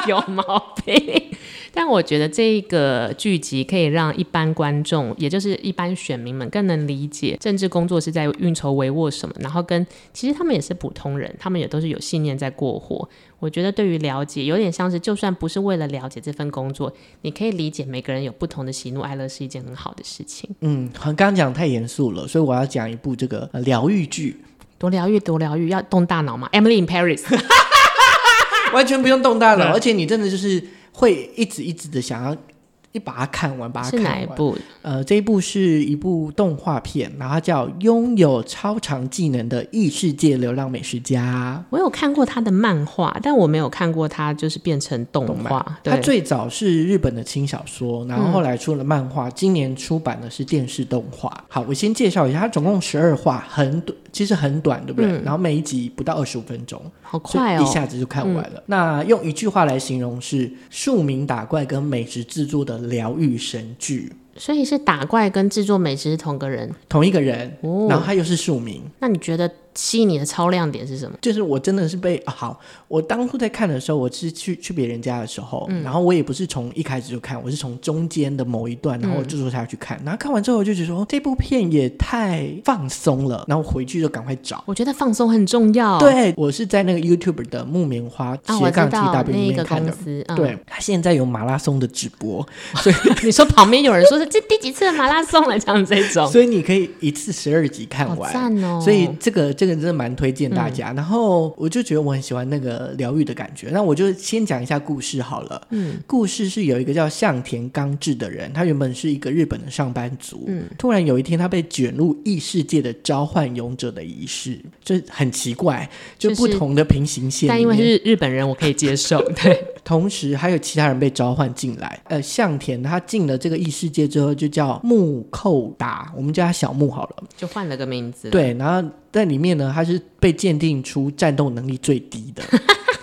有毛病。但我觉得这个剧集可以让一般观众，也就是一般选民们，更能理解政治工作是在运筹帷幄什么，然后跟其实他们也是普通人，他们也都是有信念在过活。我觉得对于了解，有点像是，就算不是为了了解这份工作，你可以理解每个人有不同的喜怒哀乐是一件很好的事情，嗯，好，刚刚讲太严肃了，所以我要讲一部这个呃疗愈剧，多疗愈，多疗愈，要动大脑嘛。Emily in Paris，完全不用动大对脑，而且你真的就是会一直一直的想要一把它看完，把它是看哪一完。部？呃，这一部是一部动画片，然后它叫《拥有超常技能的异世界流浪美食家》。我有看过他的漫画，但我没有看过他就是变成动动画。它对，最早是日本的轻小说，然后后来出了漫画，今年出版的是电视动画。好，我先介绍一下，它总共十二话，很短，其实很短，对不对？然后每一集不到二十五分钟，好所嗯快以一哦！下子就看完了。那用一句话来形容是庶民打怪跟美食制作的疗愈神剧，所以是打怪跟制作美食是同个人同一个人，哦。然后他又是庶民。那你觉得吸引你的超亮点是什么？就是我真的是被、啊好，我当初在看的时候，我是去去别人家的时候，嗯然后我也不是从一开始就看，我是从中间的某一嗯段，然后我就说他要去看，然后看完之后我就觉得说这部片也太放松了，然后回去就赶快找。我觉得放松很重要。对，我是在那个 YouTube 的木棉花哦啊，我斜知杠 TW 道里那面个看公的。司，嗯、对，他现在有马拉松的直播， <laughs> 你说旁边有人说是这第几次的马拉松了，这样这种，所以你可以一次十二集看好完。赞哦！嗯所以这个这个真的蛮推荐大家。然后我就觉得我很喜欢那个疗愈的感觉。那我就先讲一下故事好了。嗯，故事是有一个叫向田刚志的人，他原本是一个日本的上班族。嗯，突然有一天他被卷入异世界的召唤勇者的仪式，就很奇怪，就就是不同的平行线但里面。因为是日本人，我可以接受。对，同时还有其他人被召唤进来。呃，向田他进了这个异世界之后，就叫木寇达，我们叫他小木好了。就换了个名字。，对，然后在里面呢，他是被鉴定出战斗能力最低 <laughs> 的，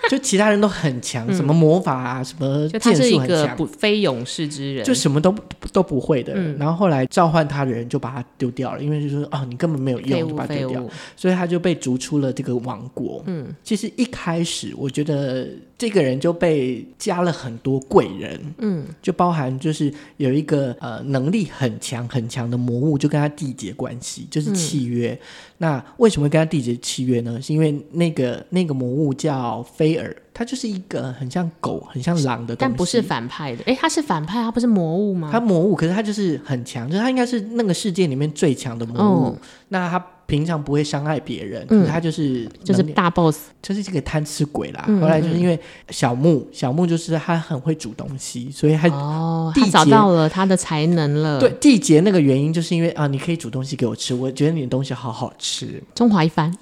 就其他人都很强，什么魔法啊，什么嗯剑就他是术一很个强。不非勇士之人，就什么都不都不会的，嗯然后后来召唤他的人就把他丢掉了，因为就说哦，你根本没有废用，就物把他废丢掉，物。所以他就被逐出了这个王国。嗯，其实一开始我觉得这个人就被加了很多贵人，嗯，就包含就是有一个呃能力很强很强的魔物，就跟他缔结关系，就是嗯契约。那为什么会跟他缔结契约呢？是因为那个那个魔物叫菲尔，它就是一个很像狗、很像狼的东西，但不是反派的，哎，他是反派，他不是魔物吗？它魔物，可是它就是很强，就是它应该是那个世界里面最强的魔物。哦那它平常不会伤害别人，嗯可是它就是就是能力大 boss，就是这个贪吃鬼啦。嗯后来就是因为小木，小木就是他很会煮东西，所以他哦，缔他结找到了他的才能了。对，缔结那个原因，就是因为啊，你可以煮东西给我吃，我觉得你的东西好好吃，中华一番，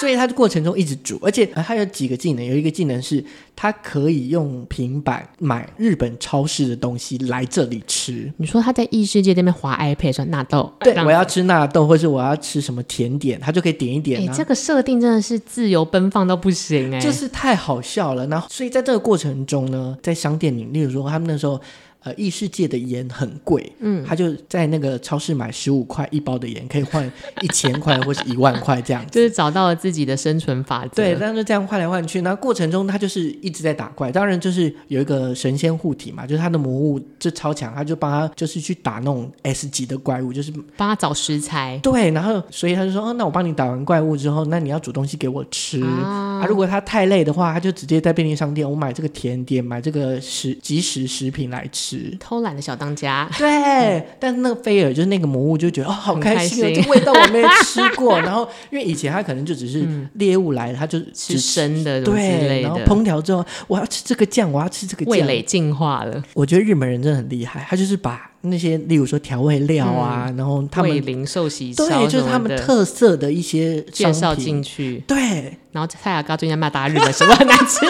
所以他的过程中一直煮，而且呃他有几个技能，有一个技能是他可以用平板买日本超市的东西来这里吃。你说他在异世界那边滑 iPad 说纳豆，对，这样我要吃纳豆，或是我要吃什么甜点，他就可以点一点、哎啊。，这个设定真的是自由奔放到不行哎，就是太好笑了。然后，所以在这个过程中呢，在商店里，例如说他们那时候。呃，异世界的盐很贵，嗯，他就在那个超市买十五块一包的盐，可以换一千块或是一万块这样子。<laughs> 就是找到了自己的生存法则。对，但是这样换来换去，那过程中他就是一直在打怪。当然，就是有一个神仙护体嘛，就是他的魔物就超强，他就帮他就是去打那种 S 级的怪物，就是帮他找食材。对。然后，所以他就说，哦，那我帮你打完怪物之后，那你要煮东西给我吃。嗯啊，如果他太累的话，他就直接在便利商店，我买这个甜点，买这个食即食食品来吃。偷懒的小当家，对，但是那个菲尔就是那个魔物，就觉得哦，好很开开心哦，心这味道我没有吃过。 <laughs> 然后，因为以前他可能就只是猎物来，他就嗯吃只生的什么之对，类然后的，烹调之后，我要吃这个酱，我要吃这个味酱。蕾进化了，我觉得日本人真的很厉害，他就是把那些，例如说调味料啊，嗯然后他味们灵受洗烧对，就是什么他们的特色的一些介商绍品进去，对，然后蔡雅刚最近在骂大家日本什么很难吃，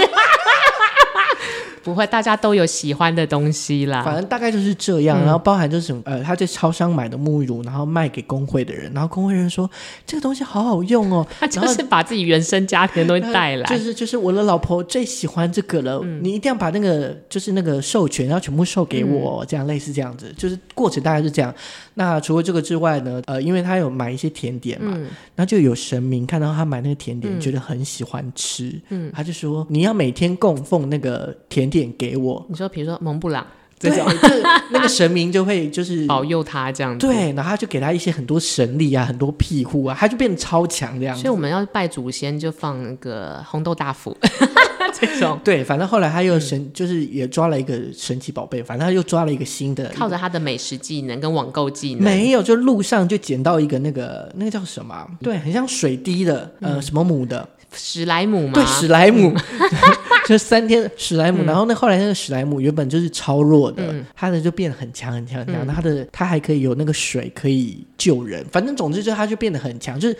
不会，大家都有喜欢的东西啊反啦。正大概就是这样。然后包含就是什么呃，他在超商买的沐浴乳，然后卖给工会的人，然后工会人说这个东西好好用哦，他就是把自己原生家庭的东西带呃就来，嗯是就是我的老婆最喜欢这个了，你一定要把那个就是那个授权要全部授给我，嗯这样类似这样子，就是过程大概是这样。那除了这个之外呢，呃，因为他有买一些甜点嘛，嗯那就有神明看到他买那个甜点，觉得很喜欢吃，嗯他就说你要每天供奉那个甜点给我，你说比如说蒙布朗对， <laughs> 就是那个神明就会就是。保佑他这样子，对，然后他就给他一些很多神力啊，很多庇护啊，他就变得超强这样子。所以我们要拜祖先就放那个红豆 <laughs> 大福这种，对，反正后来他又神，就是也抓了一个神奇宝贝，反正他又抓了一个新的。靠着他的美食技能跟网购技能，没有，就路上就捡到一个那个那个叫什么啊？对，很像水滴的，呃，什么母的，史莱姆嘛，对，史莱姆， <laughs> 就三天史莱姆。然后那后来那个史莱姆原本就是超弱的，他的就变得很强很强很强，他的他还可以有那个水可以救人，反正总之就是他就变得很强，就是。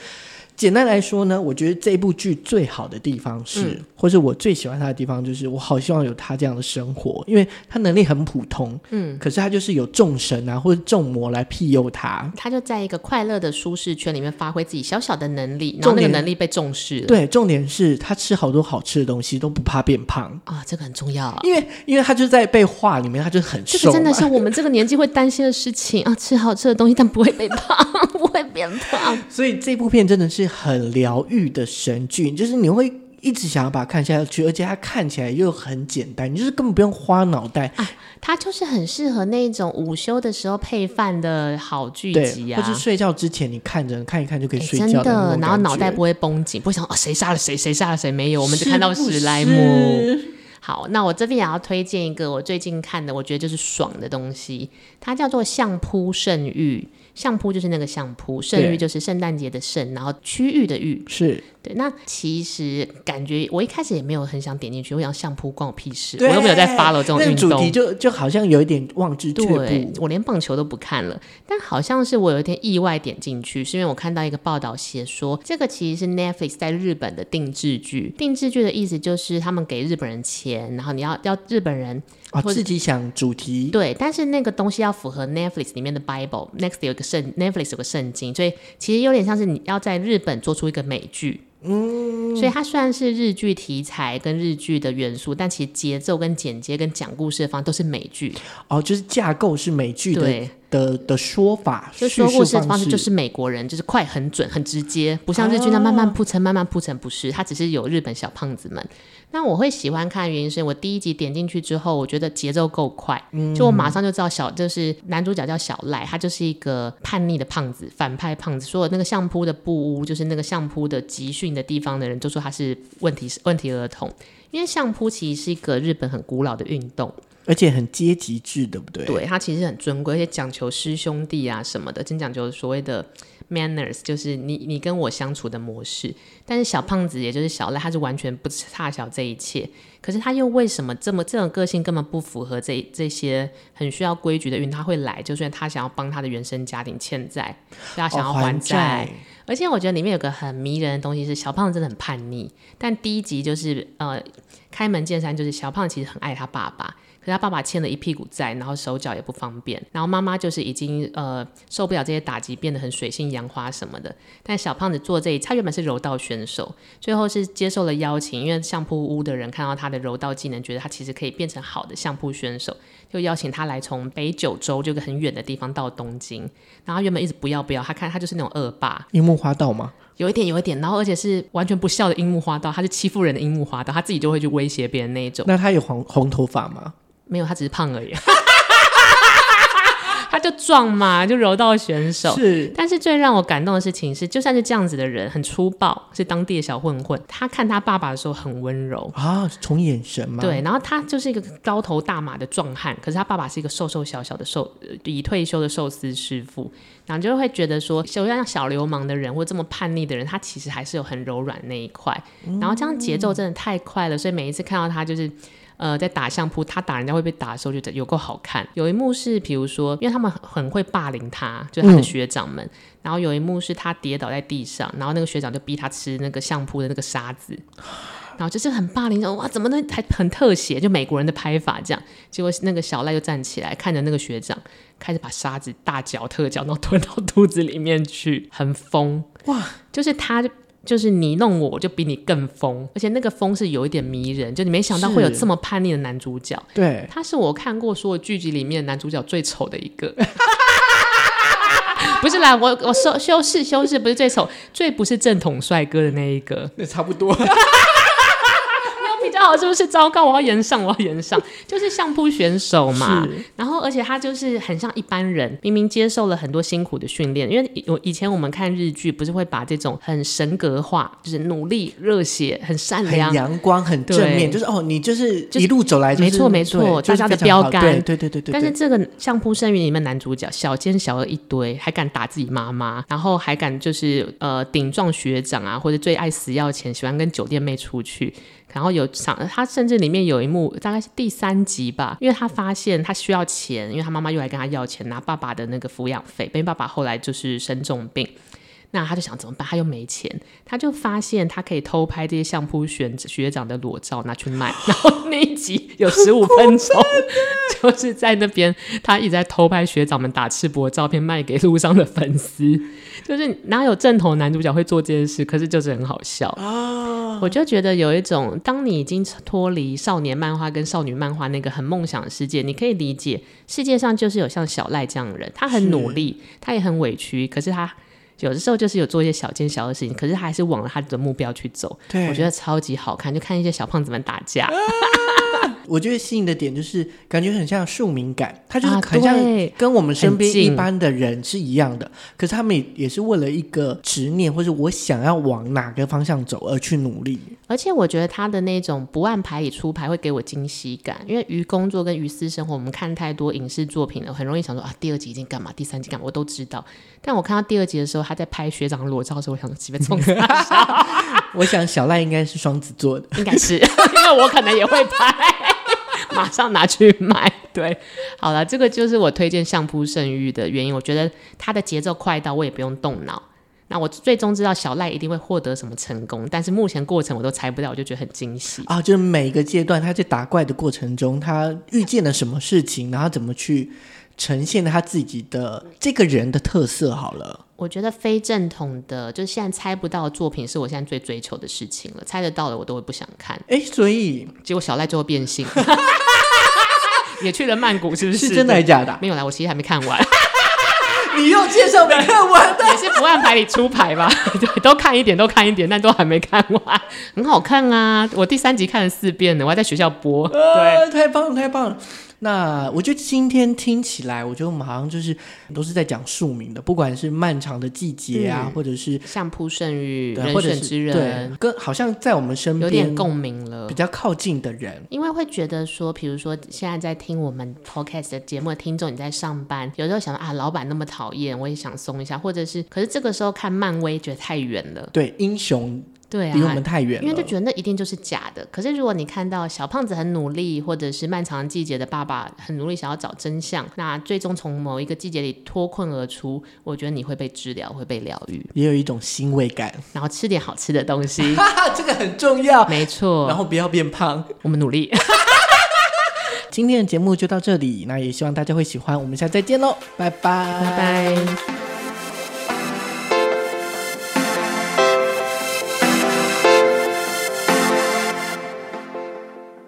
简单来说呢，我觉得这部剧最好的地方是，或是我最喜欢他的地方，就是我好希望有他这样的生活，因为他能力很普通，嗯，可是他就是有众神啊或者众魔来庇佑他，他就在一个快乐的舒适圈里面发挥自己小小的能力，然后那个重点能力被重视了。对，重点是他吃好多好吃的东西都不怕变胖，啊，这个很重要啊。因为因为他就在被画里面，他就很这瘦个嘛，真的是我们这个年纪会 <laughs> 担心的事情啊！吃好吃的东西，但不会被胖，不会变胖。所以这部片真的是是很疗愈的神剧，就是你会。一直想要把它看下去，而且它看起来又很简单，你就是根本不用花脑袋，啊它就是很适合那种午休的时候配饭的好剧集对，啊或。是睡觉之前你看着看一看就可以诶睡真觉那的种，然后感脑袋觉不会绷紧，不会想哦谁杀了谁，谁杀了谁没有，我们只看到是不史莱是姆。好，那我这边也要推荐一个我最近看的，我觉得就是爽的东西，它叫做相扑圣域。相扑就是那个相扑，圣域对就是圣诞节的圣，然后区域的域。是对，那其实感觉我一开始也没有很想点进去，我想相扑关我屁事，对我又没有在 follow 这种那个运主题动。就就好像有一点望之却对步，，我连棒球都不看了，但好像是我有一天意外点进去，是因为我看到一个报道写说，这个其实是 Netflix 在日本的定制剧。定制剧的意思就是他们给日本人钱，然后你要要日本人啊，或者自己想主题，对，但是那个东西要符合 Netflix 里面的 Bible。Next 有一个圣 Netflix 有个圣经，所以其实有点像是你要在日本做出一个美剧。嗯，所以它虽然是日剧题材跟日剧的元素，但其实节奏跟剪接跟讲故事的方都是美剧。哦，就是架构是美剧的对，的的说法，就叙说事故事的方方式就是美国人，就是快、很准、很直接，不像日剧那慢慢铺陈、慢慢铺陈，不是，它只是有日本小胖子们。那我会喜欢看的原因是我第一集点进去之后，我觉得节奏够快，就我马上就知道小就是男主角叫小赖，他就是一个叛逆的胖子、反派胖子。所有那个相扑的布屋，就是那个相扑的集训的地方的人，都说他是问题问题儿童，因为相扑其实是一个日本很古老的运动。而且很阶级制，对不对？对，它其实很尊贵，而且讲求师兄弟啊什么的，真讲究所谓的 manners，就是你你跟我相处的模式。但是小胖子也就是小赖，他是完全不差小这一切，可是他又为什么这么这种个性根本不符合这这些很需要规矩的运？他会来，就算他想要帮他的原生家庭欠债，所以他哦，想要还债。，而且我觉得里面有个很迷人的东西是，小胖真的很叛逆。但第一集就是呃，开门见山就是小胖其实很爱他爸爸，可是他爸爸欠了一屁股债，然后手脚也不方便，然后妈妈就是已经呃受不了这些打击，变得很水性杨花什么的。但小胖子做这一，他原本是柔道选手，最后是接受了邀请，因为相扑屋的人看到他的柔道技能，觉得他其实可以变成好的相扑选手，就邀请他来从北九州这个很远的地方到东京。然后他原本一直不要不要，他看他就是那种恶霸，樱木花道嘛，有一点，有一点，然后而且是完全不孝的樱木花道，他是欺负人的樱木花道，他自己就会去威胁别人那一种。那他有红红头发吗？没有，他只是胖而已。他就壮嘛，就柔道选手。是但是最让我感动的事情是，就算是这样子的人，很粗暴，是当地的小混混，他看他爸爸的时候很温柔。啊，从眼神嘛，，对，然后他就是一个高头大马的壮汉，可是他爸爸是一个瘦瘦小小的寿呃已退休的寿司师傅，然后就会觉得说，就像小流氓的人或这么叛逆的人，他其实还是有很柔软那一块。然后这样节奏真的太快了，所以每一次看到他就是。呃，在打相扑，他打人家会被打的时候，觉得有够好看。有一幕是，比如说，因为他们很很会霸凌他，就是他的学长们。然后有一幕是他跌倒在地上，然后那个学长就逼他吃那个相扑的那个沙子，然后就是很霸凌，啊哇，怎么那还很特写，就美国人的拍法这样。结果那个小赖就站起来，看着那个学长，开始把沙子大嚼特嚼，然后吞到肚子里面去，很疯哇！就是他就是你弄我，我就比你更疯，而且那个疯是有一点迷人，就你没想到会有是这么叛逆的男主角。对，他是我看过所有剧集里面男主角最丑的一个。 <laughs> 不是啦，我我修修饰修饰不是最丑，最不是正统帅哥的那一个。那差不多。没有比较好，是不是？糟糕，我要延上，我要延上，就是相扑选手嘛。然后，而且他就是很像一般人，明明接受了很多辛苦的训练，因为我以前我们看日剧，不是会把这种很神格化，就是努力、热血、很善很良。阳光，很正面，对就是哦，你就是就是一路走来、就是，没错没错对就是大家的非常好标杆对对对对对。但是对这个相扑剩余里面男主角小奸小恶一堆，还敢打自己妈妈，然后还敢就是呃顶撞学长啊，或者最爱死要钱，喜欢跟酒店妹出去。然后有场，他甚至里面有一幕，大概是第三集吧，因为他发现他需要钱，因为他妈妈又来跟他要钱，拿爸爸的那个抚养费，因为爸爸后来就是生重病，那他就想怎么办？他又没钱，他就发现他可以偷拍这些相扑学学长的裸照拿去卖。 <laughs> 然后那一集有十五分钟， <laughs> 就是在那边他一直在偷拍学长们打赤膊的照片卖给路上的粉丝。 <laughs> 就是哪有正统男主角会做这件事？可是就是很好笑哦我就觉得有一种，当你已经脱离少年漫画跟少女漫画那个很梦想的世界，你可以理解世界上就是有像小赖这样的人，他很努力，他也很委屈，可是他有的时候就是有做一些小奸小恶的事情，可是他还是往了他的目标去走。对我觉得超级好看，就看一些小胖子们打架，我觉得吸引的点就是感觉很像庶民感，他就是啊很像对跟我们身边很一近般的人是一样的，可是他们也也是为了一个执念，或是我想要往哪个方向走而去努力。而且我觉得他的那种不按牌理出牌会给我惊喜感，因为于工作跟于私生活，我们看太多影视作品了，很容易想说啊，第二集已经干嘛，第三集干嘛，我都知道。但我看到第二集的时候，他在拍学长裸照的时候，我想说几被冲死，我想小赖应该是双子座的，应该是因为我可能也会拍，马上拿去卖。对，好了，这个就是我推荐《相扑圣域》的原因。我觉得它的节奏快到我也不用动脑。那我最终知道小赖一定会获得什么成功，但是目前过程我都猜不到，我就觉得很惊喜。啊，就是每一个阶段他在打怪的过程中，他遇见了什么事情，然后怎么去呈现他自己的这个人的特色。好了，我觉得非正统的，就是现在猜不到的作品，是我现在最追求的事情了。猜得到的我都会不想看。哎，所以结果小赖最后变性， <laughs> 也去了曼谷，是不是真的还是假的啊？没有啦，我其实还没看完，你又介绍没看完的，也是不按牌理出牌吧？ <laughs> 对，都看一点，都看一点，但都还没看完，很好看啊！我第三集看了四遍呢，我还在学校播。对，呃， <laughs> 太棒了，太棒了。那我觉得今天听起来，我觉得我们好像就是都是在讲庶民的，不管是漫长的季节啊，嗯或者是相扑剩余、对，啊人或者选是之人，对，跟好像在我们身有边点共嗯鸣了比。较靠近的人，因为会觉得说，比如说现在在听我们 podcast 的节目的听众，你在上班，有时候想到啊，老板那么讨厌，我也想松一下，或者是，可是这个时候看漫威觉得太远了，对，英雄对离我们啊。太远因为就了。觉得那一定就是假的。可是如果你看到小胖子很努力，或者是漫长季节的爸爸很努力想要找真相，那最终从某一个季节里脱困而出，我觉得你会被治疗，会被疗愈，也有一种欣慰感，然后吃点好吃的东西。哈 <laughs> 哈，这个很重要。没 <laughs> 错然，后不要变胖。我们努力。今天的节目就到这里，那也希望大家会喜欢。我们下次再见喽，拜拜，拜拜。